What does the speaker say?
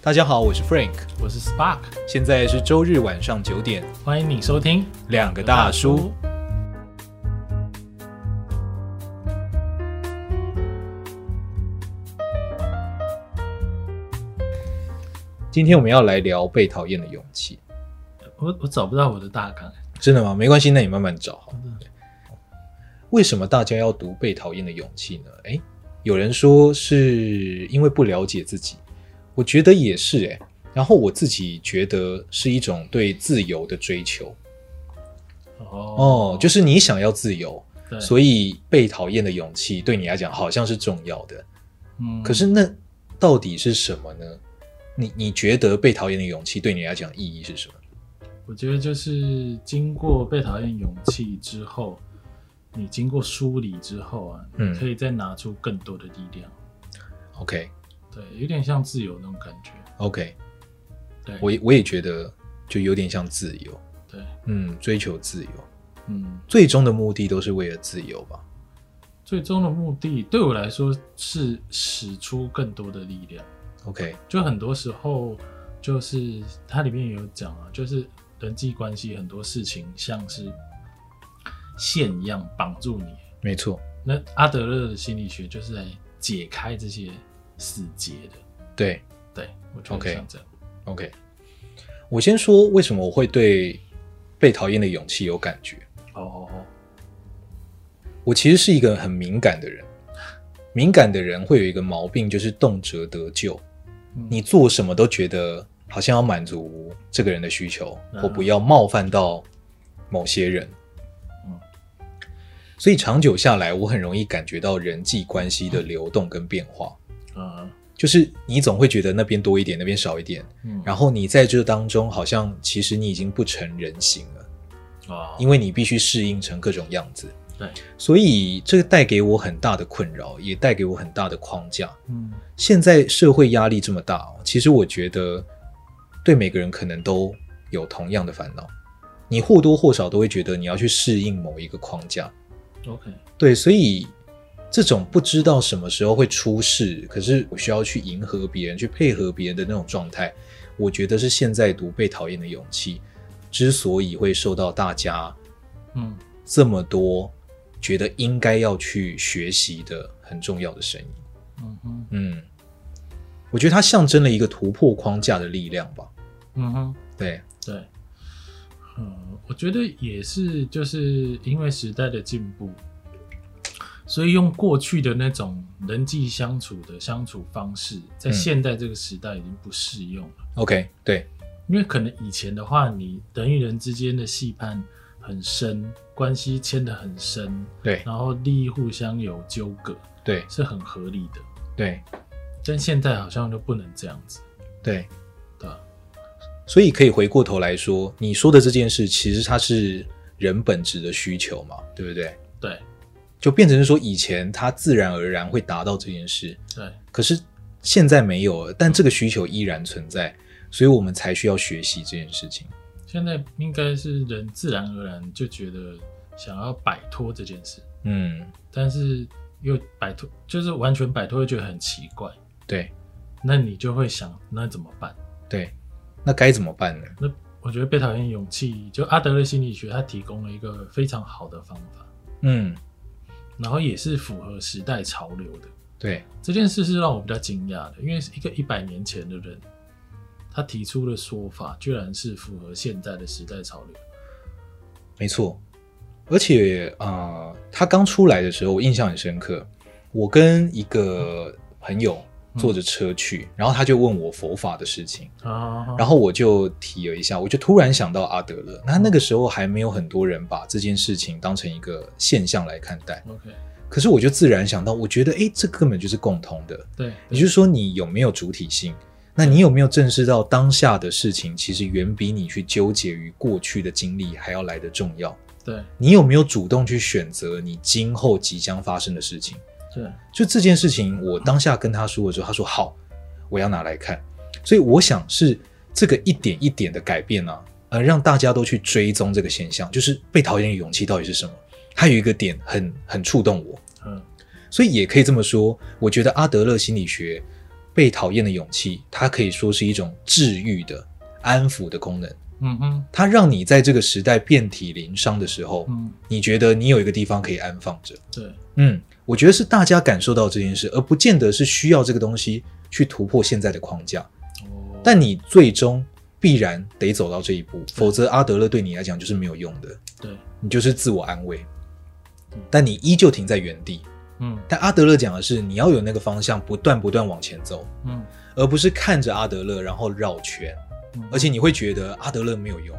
大家好，我是 Frank，我是 Spark，现在是周日晚上九点，欢迎你收听两个大叔。今天我们要来聊被讨厌的勇气，我我找不到我的大纲，真的吗？没关系，那你慢慢找好。为什么大家要读《被讨厌的勇气》呢？诶，有人说是因为不了解自己，我觉得也是诶、然后我自己觉得是一种对自由的追求哦，就是是你想要自由，对，所以被讨厌的勇气对你来讲好像是重要的。嗯可是那到底是什么呢？你你觉得被讨厌的勇气对你来讲意义是什么？我觉得就是经过被讨厌勇气之后，你经过梳理之后啊，嗯你可以再拿出更多的力量， ？OK 对，有点像自由那种感觉， OK，对，我也我也觉得就有点像自由，对，嗯，追求自由。嗯，最终的目的都是为了自由吧？最终的目的对我来说是使出更多的力量。 OK，就很多时候就是它里面也有讲啊，就是人际关系很多事情像是线一样绑住你。没错，那阿德勒的心理学就是来解开这些死结的，对对我觉得 OK 像这样。 ，OK。我先说为什么我会对被讨厌的勇气有感觉。哦哦哦，我其实是一个很敏感的人，敏感的人会有一个毛病，就是动辄得咎。嗯你做什么都觉得好像要满足这个人的需求，嗯或不要冒犯到某些人嗯。所以长久下来，我很容易感觉到人际关系嗯的流动跟变化，呃就是你总会觉得那边多一点，那边少一点，嗯，然后你在这当中好像其实你已经不成人形了，后啊，因为你必须适应成各种样子。对，所以这个带给我很大的困扰，也带给我很大的框架。嗯现在社会压力这么大哦，其实我觉得对每个人可能都有同样的烦恼，你或多或少都会觉得你要去适应某一个框架。 ，OK，对，所以这种不知道什么时候会出事，可是我需要去迎合别人、去配合别人的那种状态，我觉得是现在读《被讨厌的勇气》之所以会受到大家嗯这么多觉得应该要去学习的很重要的声音。嗯哼嗯，我觉得它象征了一个突破框架的力量吧。嗯哼，对，对，嗯，我觉得也是，就是因为时代的进步，所以用过去的那种人际相处的相处方式，在嗯现代这个时代已经不适用了。 OK，对，因为可能以前的话，你人与人之间的戏判很深，关系牵得很深，对，然后利益互相有纠葛，对，是很合理的。对，但现在好像就不能这样子，对。啊对吧？所以可以回过头来说，你说的这件事，其实它是人本质的需求嘛，对不对？对就变成是说，以前它自然而然会达到这件事，对，可是现在没有了，但这个需求依然存在，所以我们才需要学习这件事情。现在应该是人自然而然就觉得想要摆脱这件事，嗯，但是又摆脱，就是完全摆脱，会觉得很奇怪。对，那你就会想，那怎么办？对，那该怎么办呢？那我觉得被讨厌勇气，就阿德勒心理学，他提供了一个非常好的方法，嗯，然后也是符合时代潮流的。对，这件事是让我比较惊讶的，因为一个一百年前的人，他提出的说法，居然是符合现在的时代潮流。没错。而且啊、呃他刚出来的时候，我印象很深刻。我跟一个朋友坐着车去，然后他就问我佛法的事情，啊，然后我就提了一下，我就突然想到阿德勒。那那个时候还没有很多人把这件事情当成一个现象来看待， OK，可是我就自然想到，我觉得诶，这根本就是共同的。对，也就是说，你有没有主体性？那你有没有正视到当下的事情，其实远比你去纠结于过去的经历还要来得重要？对你有没有主动去选择你今后即将发生的事情？对，就这件事情，我当下跟他说的时候，他说好，我要拿来看。所以我想是这个一点一点的改变啊，呃，让大家都去追踪这个现象，就是被讨厌的勇气到底是什么？还有一个点很很触动我，嗯所以也可以这么说，我觉得阿德勒心理学被讨厌的勇气，它可以说是一种治愈的、安抚的功能。嗯哼，它让你在这个时代遍体鳞伤的时候，嗯，你觉得你有一个地方可以安放着。对，嗯，我觉得是大家感受到这件事，而不见得是需要这个东西去突破现在的框架。哦，但你最终必然得走到这一步，否则阿德勒对你来讲就是没有用的，对，你就是自我安慰嗯，但你依旧停在原地。嗯但阿德勒讲的是，你要有那个方向，不断不断往前走，嗯而不是看着阿德勒然后绕圈，嗯，而且你会觉得阿德勒没有用，